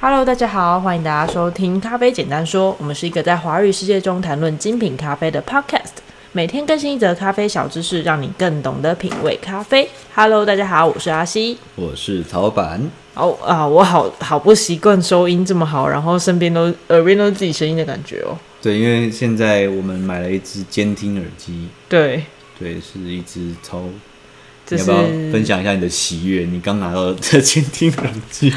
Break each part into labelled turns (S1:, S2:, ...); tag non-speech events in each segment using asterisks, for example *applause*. S1: Hello，大家好，欢迎大家收听《咖啡简单说》，我们是一个在华语世界中谈论精品咖啡的 Podcast，每天更新一则咖啡小知识，让你更懂得品味咖啡。Hello，大家好，我是阿西。
S2: 我是曹板，
S1: 哦啊，我好好不习惯收音这么好，然后身边都耳边都是自己声音的感觉哦。
S2: 对，因为现在我们买了一只监听耳机，
S1: 对，
S2: 对，是一只超。
S1: 这
S2: 你要不要分
S1: 是
S2: 享一下你的喜悦？你刚拿到这监听耳 *laughs* 机，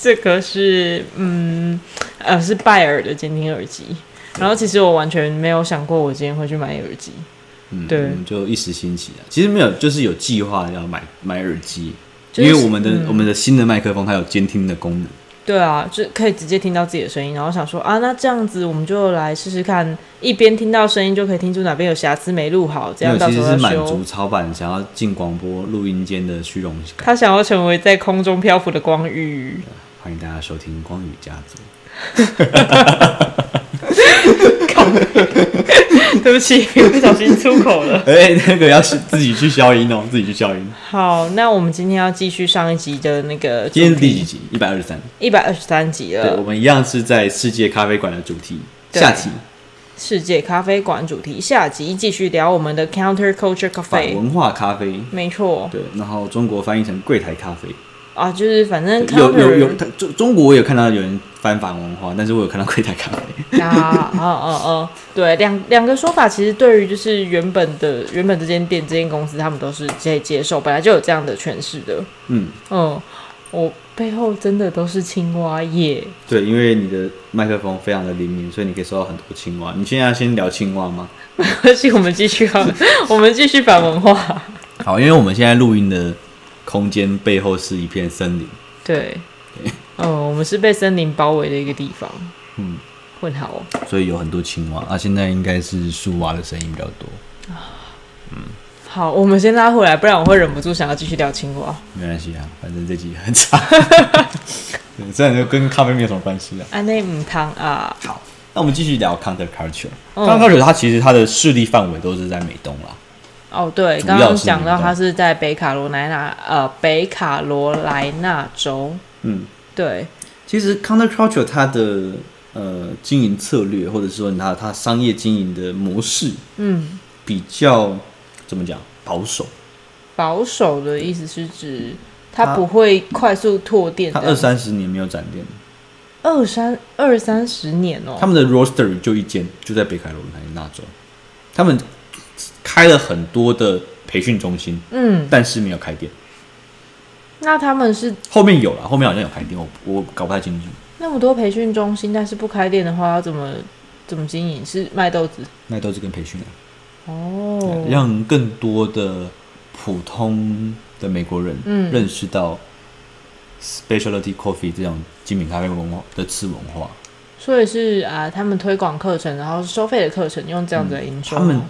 S1: 这个是嗯呃是拜耳的监听耳机，然后其实我完全没有想过我今天会去买耳机。
S2: 嗯，
S1: 对
S2: 我们就一时兴起啊。其实没有，就是有计划要买买耳机，
S1: 就是嗯
S2: 因为我们的、我们的新的麦克风它有监听的功能。
S1: 对啊，就可以直接听到自己的声音，然后想说啊，那这样子我们就来试试看，一边听到声音就可以听出哪边有瑕疵没录好，这样
S2: 因为
S1: 到
S2: 其
S1: 时
S2: 实
S1: 候要
S2: 是满
S1: 修
S2: 足。超版想要进广播录音间的虚荣感。
S1: 他想要成为在空中漂浮的光遇，
S2: 欢迎大家收听《光宇家族》。
S1: *laughs* 对不起，不小心出口了。
S2: 哎、那个要是自己去消音哦，自己去消音。
S1: 好，那我们今天要继续上一集的那个
S2: 今天是第几集？一百二十三。
S1: 一百二十三集
S2: 对，我
S1: 了，
S2: 们一样是在世界咖啡馆的主题
S1: 对
S2: 下集
S1: 世界咖啡馆主题下集继续聊我们的 Counter Culture
S2: 反
S1: Cafe。
S2: 文化咖啡。
S1: 没错
S2: 对，然后中国翻译成柜台咖啡，
S1: 啊，就是反正
S2: 对有有有，
S1: Counter
S2: 它中中国我有看到有人翻反文化，但是我有看到柜台咖
S1: *laughs*
S2: 啡， *laughs*
S1: 啊，哦哦哦，对，两两个说法其实对于就是原本的原本这间店这间公司，他们都是可以接受，本来就有这样的诠释的。
S2: 嗯，
S1: 嗯，我背后真的都是青蛙耶。 *laughs*
S2: 对，因为你的麦克风非常的灵敏，所以你可以收到很多青蛙。你现在要先聊青蛙吗？
S1: 而且我们继续啊，我们继续反文化。
S2: 好，因为我们现在录音的空间背后是一片森林，
S1: 对，嗯，我们是被森林包围的一个地方。
S2: 嗯，
S1: 混好哦。
S2: 所以有很多青蛙啊。现在应该是树蛙的声音比较多，
S1: 好，我们先拉回来，不然我会忍不住想要继续聊青蛙。
S2: 没关系啊，反正这集很 *laughs* 长，对这样就跟咖啡没有什么关系啊。
S1: 安内母汤啊，
S2: 好，那我们继续聊 counter culture。
S1: 嗯
S2: counter culture 它其实它的势力范围都是在美东啦，
S1: 哦，对，
S2: 主要
S1: 刚
S2: 是
S1: 刚讲
S2: 那
S1: 到
S2: 个
S1: 他是在北卡罗来纳，呃，北卡罗来纳州。
S2: 嗯，
S1: 对，
S2: 其实 counter culture 它的呃经营策略，或者是说它它商业经营的模式
S1: 嗯，
S2: 比较怎么讲保守，
S1: 保守的意思是指它
S2: 它
S1: 不会快速拓店
S2: 它
S1: 的，
S2: 二三十年没有展店，
S1: 二三二三十年哦、
S2: 他们的 roaster 就一间，就在北卡罗来纳州，他们开了很多的培训中心，
S1: 嗯，
S2: 但是没有开店。
S1: 那他们是
S2: 后面有了，后面好像有开店，我我搞不太清楚。
S1: 那么多培训中心，但是不开店的话，要怎么怎么经营？是卖豆子
S2: 那都是跟培训啊。
S1: 哦，
S2: 让更多的普通的美国人
S1: 嗯
S2: 认识到 specialty coffee 这种精品咖啡文化的次文化。
S1: 所以是啊，他们推广课程，然后收费的课程，用这样子来营收
S2: 他
S1: 吗、
S2: 们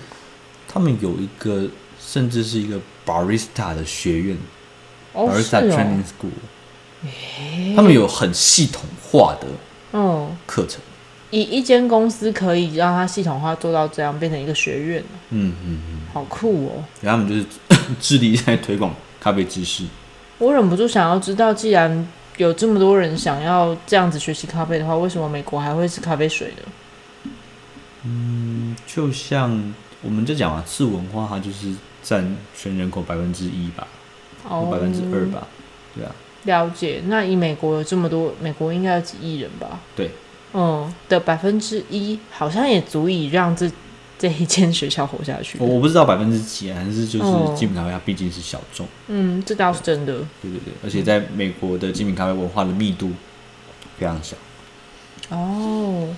S2: 他们有一个甚至是一个 barista 的学院、b a
S1: 哦
S2: r i s t
S1: 是
S2: a
S1: 哦
S2: training school，、他们有很系统化的
S1: 嗯，
S2: 课程。
S1: 以一间公司可以让它系统化做到这样，变成一个学院，
S2: 嗯嗯嗯，
S1: 好酷哦！
S2: 然后他们就是 *coughs* 致力在推广咖啡知识。
S1: 我忍不住想要知道，既然有这么多人想要这样子学习咖啡的话，为什么美国还会是咖啡水呢？
S2: 就像我们就讲嘛，次文化它就是占全人口百分之一吧，
S1: 哦
S2: 百分之二。吧，对啊，
S1: 了解。那以美国有这么多，美国应该有几亿人吧？
S2: 对，
S1: 嗯，的百分之一，好像也足以让这这一间学校活下去。
S2: 我我不知道百分之几啊，还是就
S1: 哦
S2: 是精品咖啡它毕竟是小众，
S1: 嗯，这倒是真的。
S2: 对对对，而且在美国的精品咖啡文化的密度非常小，
S1: 哦，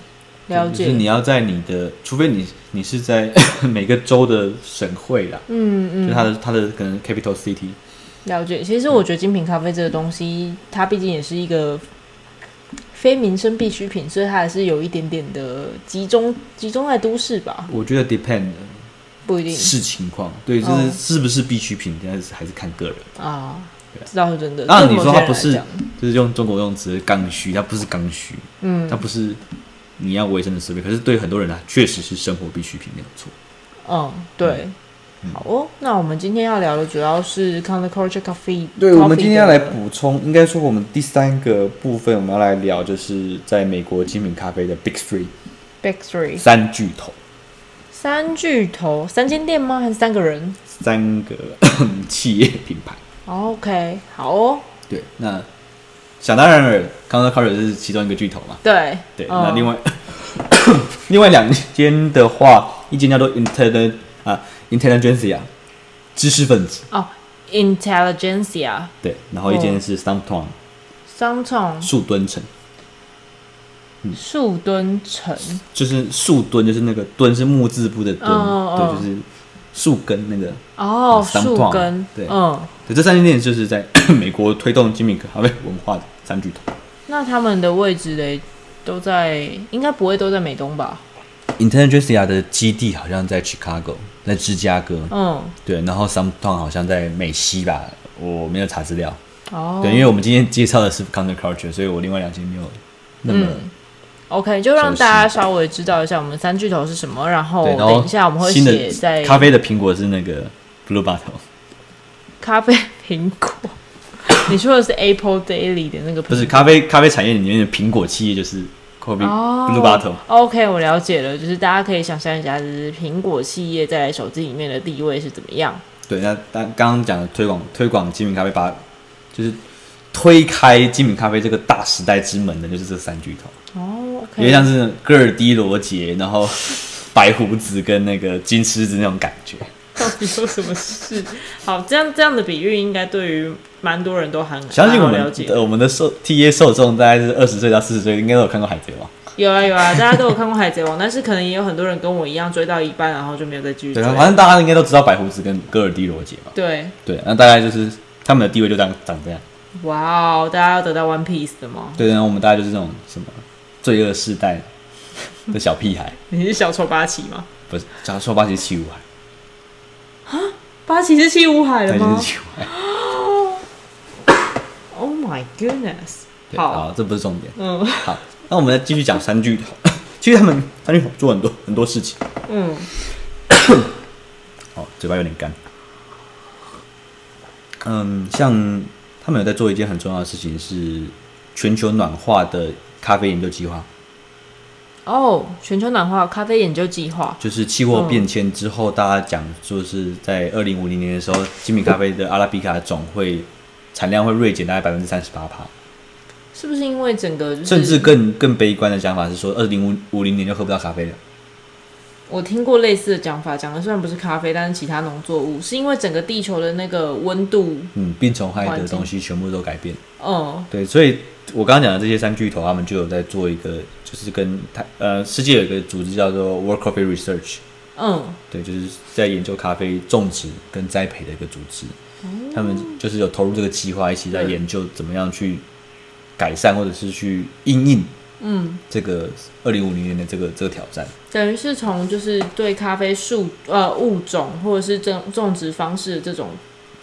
S1: 了
S2: 就
S1: 解。
S2: 是你要在你的，除非你你是在 *laughs* 每个州的省会啦，
S1: 嗯嗯，
S2: 就它的它的可能 capital city，
S1: 了解。其实我觉得精品咖啡这个东西，它毕竟也是一个非民生必需品，所以它还是有一点点的集中集中在都市吧，
S2: 我觉得 depend
S1: 不一定
S2: 视情况，对，就
S1: 哦
S2: 是是不是必需品，但是还是看个人。
S1: 啊
S2: 对。
S1: 这倒是真的。
S2: 啊
S1: 对
S2: 你
S1: 某
S2: 说
S1: 些
S2: 它
S1: 人
S2: 不
S1: 来
S2: 是
S1: 讲
S2: 就是用中国用词“刚需”，它不是刚需，它
S1: 嗯
S2: 不是你要维生的设备，可是对很多人啊，确实是生活必需品，没有错。
S1: 哦嗯，对。好哦，那我们今天要聊的主要是 counterculture coffee。
S2: 对，我们今天要来
S1: coffee 的
S2: 补充，应该说我们第三个部分，我们要来聊就是在美国精品咖啡的 Big Three
S1: Big Three
S2: 三巨头，
S1: 三巨头，三间店吗？还是三个人
S2: 三个 *coughs* 企业品牌。
S1: ？OK，好哦，
S2: 对，那想当然尔 c o u n t e r c u l t u r 是其中一个巨头嘛。
S1: 对
S2: 对，
S1: 嗯
S2: 那另外 *coughs* 另外两间的话，一间叫做 Intelligent 啊 Intelligentsia 知识分子，
S1: 哦，Intelligentsia
S2: 对，然后一间是 Stumptown
S1: 商创
S2: 树墩城，
S1: 树墩城，
S2: 就是树墩，就是那个墩是木字部的墩，
S1: 嗯嗯嗯
S2: 对，就是树根那个。
S1: 哦，
S2: 商
S1: 树
S2: 创
S1: 根，
S2: 对
S1: 嗯，
S2: 对，这三间店就是在 *clears throat* 美国推动精品咖啡文化的三巨头。
S1: 那他们的位置嘞都在，应该不会都在美东吧？
S2: Intelligentsia 的基地好像在 Chicago，在芝加哥，
S1: 嗯，
S2: 对，然后 Stumptown 好像在美西吧，我没有查资料。
S1: 哦，
S2: 对，因为我们今天介绍的是 counter culture，所以我另外两间没有那么、
S1: 嗯 OK，就让
S2: 熟悉
S1: 大家稍微知道一下我们三巨头是什么，然后
S2: 对。然
S1: 哦等一下我们
S2: 后
S1: 会
S2: 新
S1: 写
S2: 的
S1: 在
S2: 咖啡的苹果是那个 Blue Bottle，
S1: 咖啡苹果。 *laughs* 你说的是 Apple Daily 的那个苹果，
S2: 不是咖啡咖啡产业里面的苹果企业就是 Coffee、
S1: 哦
S2: Blue Bottle。
S1: OK，我了解了，就是大家可以想象一下，就是苹果系列在手机里面的地位是怎么样。
S2: 对，那刚刚刚讲的推广推广精品咖啡把，就是推开精品咖啡这个大时代之门的，就是这三巨头，
S1: 哦
S2: 有点像
S1: ，OK，
S2: 是戈尔迪罗杰，然后白胡子跟那个金狮子那种感觉。
S1: 到底有什么事？好，这样这样的比喻应该对于蛮多人都很
S2: 相信我
S1: 蛮好
S2: 们
S1: 了解。
S2: 呃我们的受 T A 受众大概是二十岁到四十岁，应该都有看过《海贼王》。
S1: 有啊有啊，大家都有看过《海贼王》， *laughs* 但是可能也有很多人跟我一样追到一半，然后就没有再继续追
S2: 对，。啊反正大家应该都知道白胡子跟戈尔迪罗杰嘛。
S1: 对，
S2: 对，那大概就是他们的地位就这样长这样。
S1: 哇哦，大家要得到 One Piece 的吗？
S2: 对，然后我们大概就是这种什么罪恶世代的小屁孩，
S1: 你是小丑八旗吗？
S2: 不是，假如说八其实七五海，
S1: 八旗是七五海
S2: 他
S1: 了
S2: 已经
S1: 吗
S2: 是七五海。
S1: ？Oh my goodness！
S2: 对
S1: 好，
S2: 好，这不是重点。
S1: 嗯
S2: 好，那我们再继续讲三巨头。 *laughs* 其实他们三巨头做很多很多事情。
S1: 嗯，
S2: 哦，嘴巴有点干。嗯，像他们有在做一件很重要的事情，是全球暖化的咖啡研究计划，
S1: 哦，全球暖化咖啡研究计划，
S2: 就是气候
S1: 嗯
S2: 变迁之后，大家讲说是在二零五零年的时候，精品咖啡的阿拉比卡总会产量会锐减大概百分之三十八帕，
S1: 是不是因为整个就是
S2: 甚至更更悲观的想法是说，二零五五零年就喝不到咖啡了。
S1: 我听过类似的讲法，讲的虽然不是咖啡，但是其他农作物，是因为整个地球的那个温度，
S2: 嗯，病虫害
S1: 环
S2: 的
S1: 境
S2: 东西全部都改变。
S1: 嗯，
S2: 对，所以我刚刚讲的这些三巨头，他们就有在做一个，就是跟他呃，世界有一个组织叫做 World Coffee Research，
S1: 嗯，
S2: 对，就是在研究咖啡种植跟栽培的一个组织。他们就是有投入这个计划，一起在
S1: 哦对
S2: 研究怎么样去改善或者是去应应，嗯，这个二零五零年的这个这个挑战。
S1: 等于是从就是对咖啡树呃物种或者是种种植方式的这种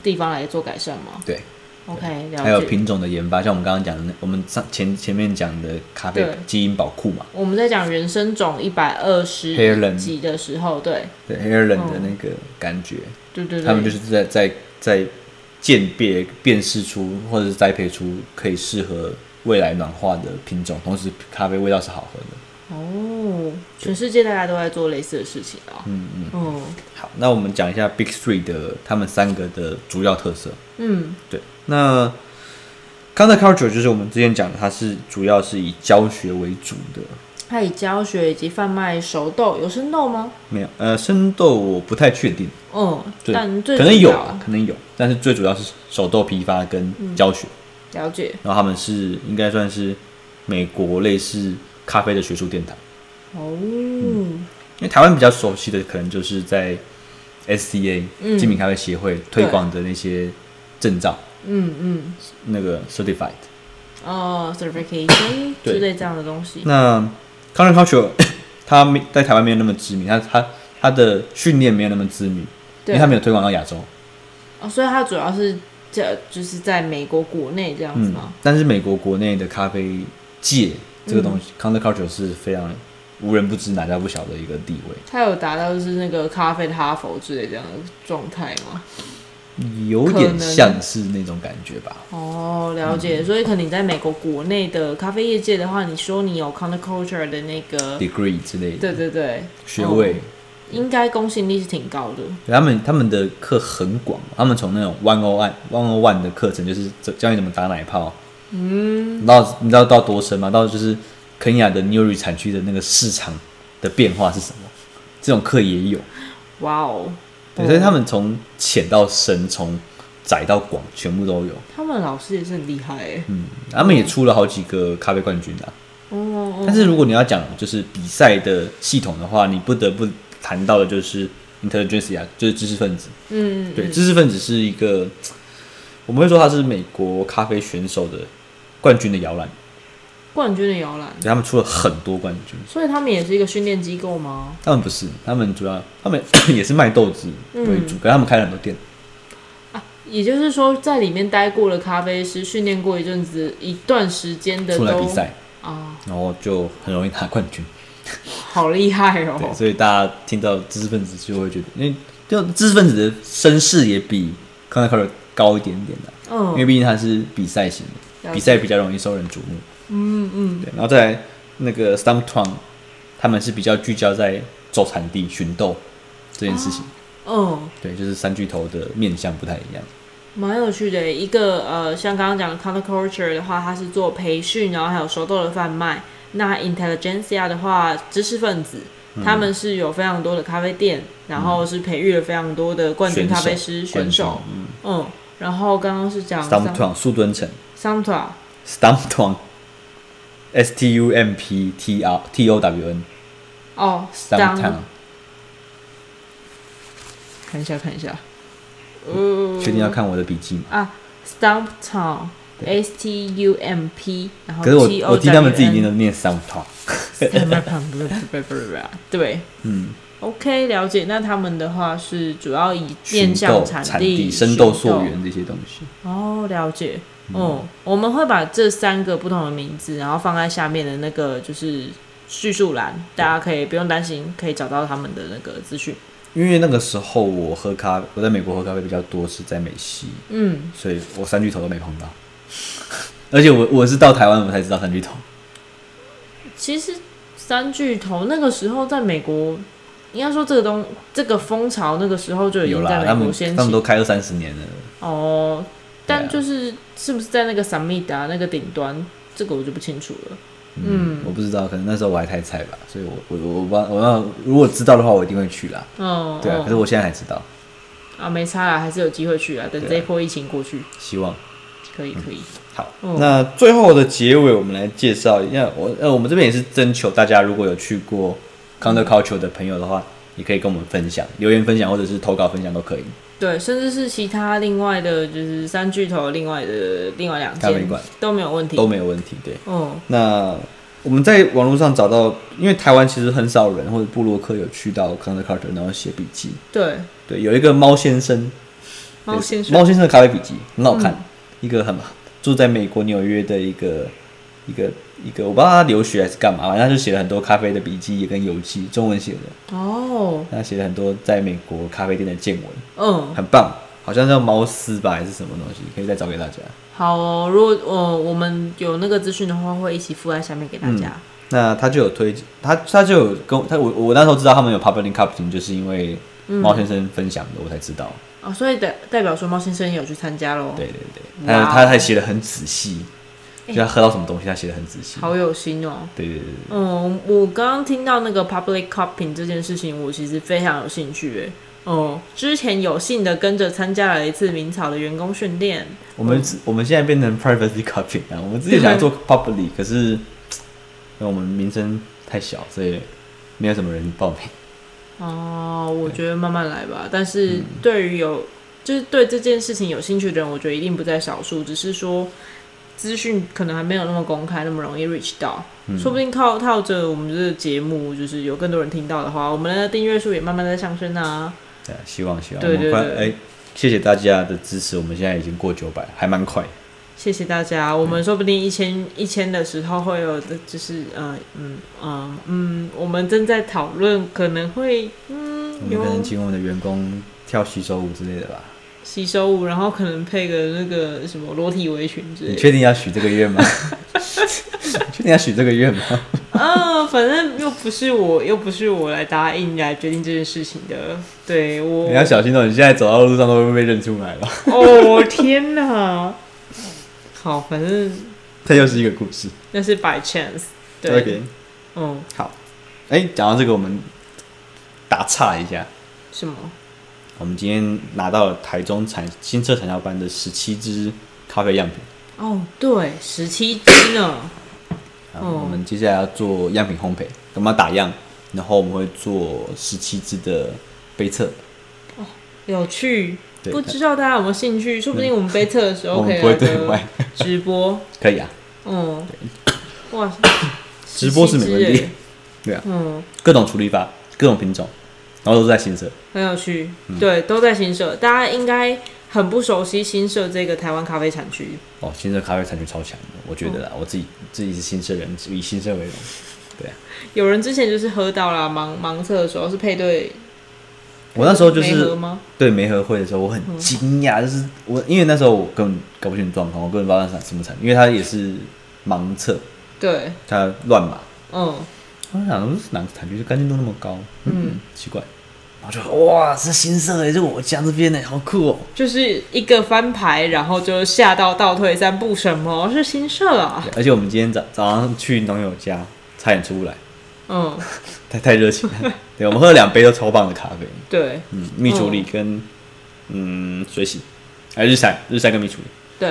S1: 地方来做改善吗
S2: 对，
S1: ？OK，
S2: 还有
S1: 了解。
S2: 品种的研发，像我们刚刚讲的那，我们上前前面讲的咖啡
S1: 对
S2: 基因宝库嘛，
S1: 我们在讲原生种一百二
S2: 黑
S1: 十
S2: 人
S1: 集的时候，对
S2: 对 a i r l a n 的
S1: 嗯
S2: 那个感觉，
S1: 对对对，
S2: 他们就是在在在鉴别、辨识出或者是栽培出可以适合未来暖化的品种，同时咖啡味道是好喝的。
S1: 哦，全世界大家都在做类似的事情啊。嗯嗯嗯
S2: 好，那我们讲一下 Big Three 的他们三个的主要特色。
S1: 嗯，
S2: 对，那 Counterculture 就是我们之前讲的，它是主要是以教学为主的。
S1: 它以教学以及贩卖熟豆，有生豆吗？
S2: 没有，呃，生豆我不太确定，
S1: 嗯，
S2: 对，
S1: 但最
S2: 可能有
S1: 主要嗯
S2: 啊，可能有，但是最主要是手豆批发跟教学。
S1: 了解
S2: 然后他们是应该算是美国类似咖啡的学术殿堂，
S1: 哦。
S2: 因为台湾比较熟悉的可能就是在 SCA
S1: 嗯
S2: 精品咖啡协会推广的那些证照，
S1: 嗯嗯，
S2: 那个 certified。
S1: 哦，certification
S2: 对
S1: 之类这样的东西。
S2: 那 Counter Culture *coughs* 它没在台湾没有那么知名，它它它的训练没有那么知名，因为
S1: 对啊
S2: 它，没有推广到亚洲。
S1: 哦，所以它主要是这就是在美国国内这样子
S2: 嗯
S1: 吗？，嗯
S2: 但是美国国内的咖啡界这个东西、c o u n t e r Culture 是非常无人不知、哪家不晓的一个地位，
S1: 它有达到就是那个咖啡的哈佛之类这样的状态吗？
S2: 有
S1: 可
S2: 点
S1: 能
S2: 像是那种感觉吧。
S1: 哦，了解。
S2: 嗯
S1: 所以可能你在美国国内的咖啡业界的话，你说你有 counterculture 的那个，
S2: degree 之类的
S1: 哦对对对，哦
S2: 学位，
S1: 应该公信力是挺高的。
S2: 他们他们的课很广，他们从那种 one o one one o one 的课程，就是教教你怎么打奶泡，嗯，到你知道到多深吗？到就是肯亚的 n e w r 产区的那个市场的变化是什么？这种课也有，
S1: 哇哦，
S2: 对，所以他们从浅到深，从窄到广，全部都有。
S1: 他们老师也是很厉害哎。
S2: 嗯，他们也出了好几个咖啡冠军啊。
S1: 哦
S2: 但是如果你要讲就是比赛的系统的话，你不得不谈到的就是 intelligentsia，就是知识分子。
S1: 嗯，
S2: 对，知识分子是一个，我们会说他是美国咖啡选手的冠军的摇篮，
S1: 冠军的摇篮，
S2: 对他们出了很多冠军。
S1: 所以他们也是一个训练机构吗？
S2: 他们不是，他们主要他们 *coughs* 也是卖豆子为主，可是他们开了很多店。
S1: 也就是说，在里面待过的咖啡师，训练过一阵子、一段时间的
S2: 出来
S1: 都
S2: 比赛，
S1: 啊，
S2: 然后就很容易拿冠军。
S1: 好厉害
S2: 对，
S1: 哦！
S2: 所以大家听到知识分子就会觉得，因为就知识分子的身世也比康奈克尔高一点点啊的、
S1: 嗯，
S2: 因为毕竟他是比赛型的，
S1: 了解
S2: 比赛比较容易受人瞩目。嗯嗯，对，然后再来那个 Stumptown，他们是比较聚焦在州产地寻豆这件事情。
S1: 嗯，
S2: 对，就是三巨头的面向不太一样。
S1: 蛮有趣的。一个呃，像刚刚讲的 counterculture 的话，它是做培训，然后还有熟豆的贩卖。那 intelligentsia 的话，知识分子，
S2: 嗯
S1: 他们是有非常多的咖啡店，然后是培育了非常多的冠军
S2: 选手
S1: 咖啡师选
S2: 冠军
S1: 手。嗯，然后刚刚是讲
S2: Stumptown 苏敦城
S1: Samtra，
S2: ，Stumptown，S T U M P T R T O W N
S1: 哦
S2: Stumptown，
S1: 看一下看一下，呃，
S2: 确定要看我的笔记吗？
S1: 啊，Stump Town，S T U M P，然后
S2: 可是我
S1: 哦 T O
S2: 我听他们自己
S1: W
S2: 念
S1: N
S2: 都念 Stumptown。
S1: 对，
S2: 嗯，
S1: OK，了解。那他们的话是主要以
S2: 寻
S1: 面
S2: 豆
S1: 向
S2: 产
S1: 地、
S2: 生豆、溯源嗯这些东西。
S1: 哦，了解。哦、我们会把这三个不同的名字，然后放在下面的那个就是叙述栏，大家可以不用担心，可以找到他们的那个资讯。
S2: 因为那个时候我喝咖，我在美国喝咖啡比较多，是在美西，
S1: 嗯，
S2: 所以我三巨头都没碰到。 *laughs* 而且我我是到台湾我才知道三巨头，
S1: 其实三巨头那个时候在美国，应该说这个东这个风潮那个时候就已
S2: 有
S1: 经在
S2: 啦，他
S1: 美国
S2: 们
S1: 掀
S2: 他们
S1: 起
S2: 都开二三十年了，
S1: 哦，但
S2: 对啊
S1: 就是、是不是在那个 Summit 啊那个顶端，这个我就不清楚了。
S2: 嗯，我不知道，可能那时候我还太菜吧，所以我我我我不知道我要如果知道的话，我一定会去啦，
S1: 嗯，
S2: 对啊，
S1: 嗯
S2: 可是我现在才知道，
S1: 啊，没差啦，还是有机会去啊。等
S2: 对啊
S1: 这一波疫情过去，
S2: 希望。
S1: 可以可以。
S2: 好，
S1: 嗯
S2: 那最后的结尾，我们来介绍一下。我呃，我们这边也是征求大家，如果有去过 counterculture 的朋友的话，也可以跟我们分享，留言分享或者是投稿分享都可以。
S1: 对，甚至是其他另外的，就是三巨头另外的另外两
S2: 咖啡
S1: 间
S2: 馆
S1: 都没有问题
S2: 都。没有问题。对，
S1: 嗯，
S2: 那我们在网络上找到，因为台湾其实很少人或者部落客有去到 counterculture，然后写笔记。
S1: 对，
S2: 对，有一个猫先生，
S1: 猫
S2: 对
S1: 先生，嗯
S2: 猫先生的咖啡笔记很好看，一个很住在美国纽约的一个一个一个，我不知道他留学还是干嘛，反正他就写了很多咖啡的笔记，也跟游记，中文写的，
S1: 哦，
S2: 他写了很多在美国咖啡店的见闻，
S1: 嗯，
S2: 很棒，好像叫猫丝吧还是什么东西，可以再找给大家。
S1: 好哦。如果呃我们有那个资讯的话，会一起附在下面给大家。
S2: 那他就有推荐，他他就有跟我他我我那时候知道他们有 public cupping，就是因为猫先生分享的，我才知道。
S1: 哦，所以代代表说猫先生也有去参加喽，
S2: 对对对，
S1: 哇哦
S2: 他他还写的很仔细，就他喝到什么东西，他写的很仔细。
S1: 好有心哦。
S2: 对对对对。
S1: 嗯，我刚刚听到那个 public copying 这件事情，我其实非常有兴趣诶。嗯，之前有幸的跟着参加了一次明朝的员工训练，
S2: 我们只我们现在变成 privacy *laughs* copy 啊，我们
S1: *laughs*
S2: 之前想要做 public，可是因为我们名声太小，所以没有什么人报名。
S1: 哦，我觉得慢慢来吧。但是对于有、就是对这件事情有兴趣的人，我觉得一定不在少数，只是说资讯可能还没有那么公开，那么容易 reach 到。说不定靠靠着我们这个节目，就是有更多人听到的话，我们的订阅数也慢慢在上升啊。
S2: 对啊，希望希望
S1: 对
S2: 我们快
S1: 对
S2: 哎、
S1: 对
S2: 谢谢大家的支持，我们现在已经过九百，还蛮快。
S1: 谢谢大家。我们说不定一千一千的时候会有的，就是呃嗯嗯嗯，我们正在讨论，可能会嗯
S2: 我们
S1: 有
S2: 可能请我们的员工跳洗手舞之类的吧。
S1: 洗手舞，然后可能配个那个什么裸体围裙之类
S2: 你
S1: 的。
S2: 确定要许这个愿吗？ *laughs* 你确定要许这个愿吗？
S1: *laughs* 嗯、反正又不是我，又不是我来答应来决定这件事情的。对我
S2: 你，要小心哦，你现在走到路上都会被认出来
S1: *laughs*
S2: 了。 *laughs*
S1: 哦天哪！好，反正
S2: 这又是一个故事。
S1: 那是 by chance。对
S2: OK，
S1: 嗯，
S2: 好。哎、讲到这个，我们打岔一下。
S1: 什么？
S2: 我们今天拿到了台中产新车产销班的十七支咖啡样品，
S1: 哦，对，十七只呢。
S2: 啊，
S1: 哦
S2: 我们接下来要做样品烘焙，我们要打样，然后我们会做十七支的杯测，
S1: 有趣，
S2: 对
S1: 不知道大家有没有兴趣？说不定我们杯测的时
S2: 我
S1: 候可
S2: 们
S1: 以
S2: 不会
S1: 来
S2: 对
S1: 个
S2: 外，
S1: 直播。
S2: 可以啊，
S1: 嗯，哇，
S2: 直播是没问
S1: 17只
S2: 题
S1: 耶，
S2: 对啊，
S1: 嗯，
S2: 各种处理法，各种品种，然后都是在新车，
S1: 很有趣。
S2: 嗯
S1: 对，都在新社，大家应该很不熟悉新社这个台湾咖啡产区。
S2: 哦，新车咖啡产权超强的，我觉得啦，我自己自己是新车人，以新车为荣，
S1: 有人之前就是喝到啦，盲盲测的时候是配对，
S2: 我那时候就
S1: 配对梅
S2: 是
S1: 合吗？
S2: 对梅合会的时候，我很惊讶，就是我因为那时候我根本搞不清楚状况，我根本不知道那是什么产，因为它也是盲测，
S1: 对，
S2: 它乱码。
S1: 嗯，
S2: 我想说是哪个产区就干净度那么高？嗯，奇怪。然后就哇，是新社哎，是我家这边哎，好酷哦！
S1: 就是一个翻牌，然后就吓到倒退三步，什么是新社啊？
S2: 对而且我们今天早早上去农友家，差点出不来，
S1: 嗯，
S2: 太太热情了。对，我们喝了两杯都超棒的咖啡，
S1: 对
S2: 嗯，蜜处理跟嗯水洗，还有日晒日晒跟蜜处
S1: *laughs* 对。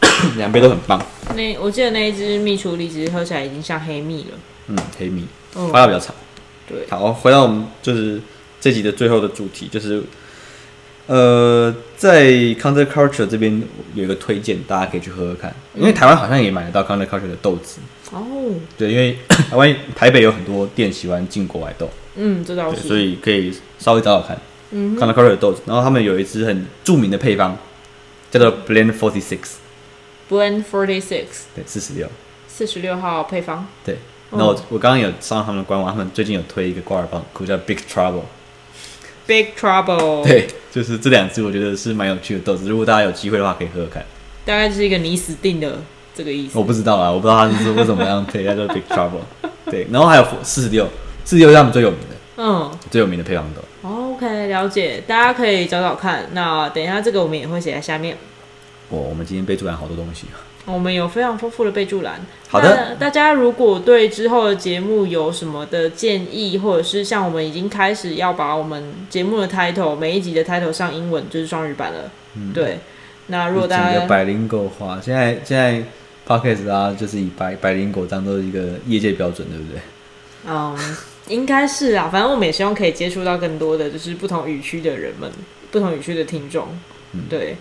S2: 理，两杯都很棒。
S1: 那我记得那一只蜜处理，其实喝起来已经像黑蜜了。
S2: 嗯，黑蜜
S1: 嗯
S2: 花料比较长。
S1: 对，
S2: 好，回到我们就是这集的最后的主题，就是呃，在 Counter Culture 这边有一个推荐，大家可以去喝喝看，因为台湾好像也买得到 Counter Culture 的豆子，
S1: 哦，
S2: 对，
S1: *laughs*
S2: 因为台湾台北有很多店喜欢进国外豆，
S1: 嗯，这倒
S2: 对，
S1: 是，
S2: 所以可以稍微找找看
S1: 嗯
S2: Counter Culture 的豆子，然后他们有一支很著名的配方，叫做 Blend Forty Six，
S1: Blend Forty Six
S2: 对，四十六。
S1: 四十六号配方，
S2: 对，
S1: 嗯
S2: 那我、我刚刚有上他们的官网，他们最近有推一个挂耳棒，酷叫 Big Trouble。
S1: Big Trouble，，
S2: 对，就是这两支，我觉得是蛮有趣的豆子。如果大家有机会的话，可以喝喝看。
S1: 大概就是一个你死定了这个意思。
S2: 我不知道啊，我不知道它是为什么样配，它叫 Big Trouble。对， *laughs* 然后还有四十六，四十六是他们最有名的，
S1: 嗯哦
S2: 最有名的配方豆。
S1: ，OK，了解，大家可以找找看。那等一下这个我们也会写在下面，
S2: 哇，我们今天备注完好多东西啊。
S1: 我们有非常丰富的备注栏。
S2: 好的
S1: 那大家如果对之后的节目有什么的建议，或者是像我们已经开始要把我们节目的 title 每一集的 title 上英文，就是双语版了。对，那如果
S2: 嗯一整
S1: 大
S2: 个
S1: 家
S2: 百灵狗化，现在现在 Podcast 啊，就是以百百灵狗当做一个业界标准，对不对？
S1: 嗯，应该是啊，反正我们也希望可以接触到更多的就是不同语区的人们，不同语区的听众。
S2: 嗯
S1: 对，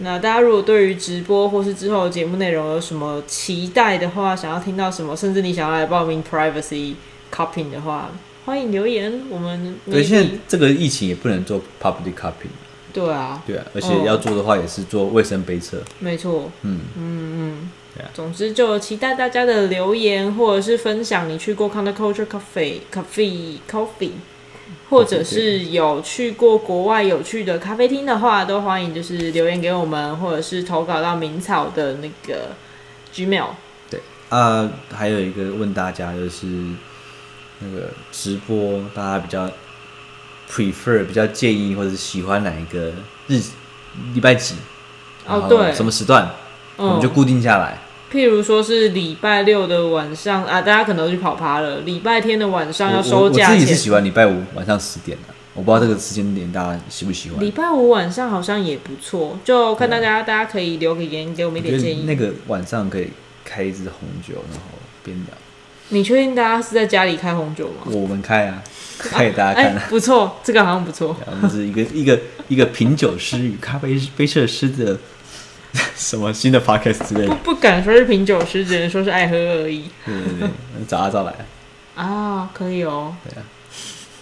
S1: 那大家如果对于直播或是之后的节目内容有什么期待的话，想要听到什么，甚至你想要来报名 privacy copying 的话，欢迎留言。我们
S2: 对，现在
S1: maybe-
S2: 这个疫情也不能做 public copy，
S1: 对啊，
S2: 对啊，而且要做的话也是做卫生杯测。
S1: 没错。
S2: 嗯
S1: 总之，就期待大家的留言，或者是分享你去过 Counter Culture Cafe、Cafe、Coffee，或者是有去过国外有趣的咖啡厅的话，都欢迎就是留言给我们，或者是投稿到明草的那个 Gmail。
S2: 啊，还有一个问大家就是，那个直播大家比较 prefer 比较建议或者是喜欢哪一个日礼拜几？
S1: 哦
S2: 然后
S1: 对
S2: 什么时段、我们就
S1: 嗯，
S2: 固定下来。
S1: 譬如说是礼拜六的晚上啊，大家可能都去跑趴了。礼拜天的晚上
S2: 我
S1: 要
S2: 我
S1: 收
S2: 我
S1: 假
S2: 自己是喜
S1: 前，
S2: 欢礼拜五晚上十点的、我不知道这个时间点大家喜不喜欢。
S1: 礼拜五晚上好像也不错，就看大家，大家可以留个言给我们
S2: 啊我
S1: 一
S2: 觉
S1: 点建
S2: 得
S1: 议。
S2: 那个晚上可以开一支红酒，然后边聊。
S1: 你确定大家是在家里开红酒吗？
S2: 我们开啊，开给大
S1: *laughs*
S2: 家
S1: 哎
S2: 看、啊。，
S1: 不错，这个好像不错。
S2: 我们是一个一个一个品酒师与咖啡杯设师的 *laughs* 什么新的 podcast 之类
S1: 不
S2: 的。
S1: 不敢说是品酒师，只能说是爱喝而已
S2: 对对对，找阿赵来。
S1: 啊，可以哦。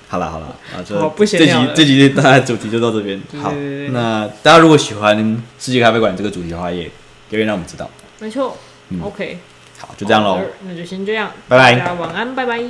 S2: 好了好了啊，这
S1: 好不闲
S2: 这
S1: 聊
S2: 集
S1: 了
S2: 这集大家的主题就到这边。好
S1: 对对对，
S2: 那大家如果喜欢世界咖啡馆这个主题的话，也留言让我们知道。
S1: 没错。OK，
S2: 嗯好，就这样
S1: 好
S2: 喽
S1: 的，那就先这样，
S2: 拜拜
S1: 大家晚安，拜拜。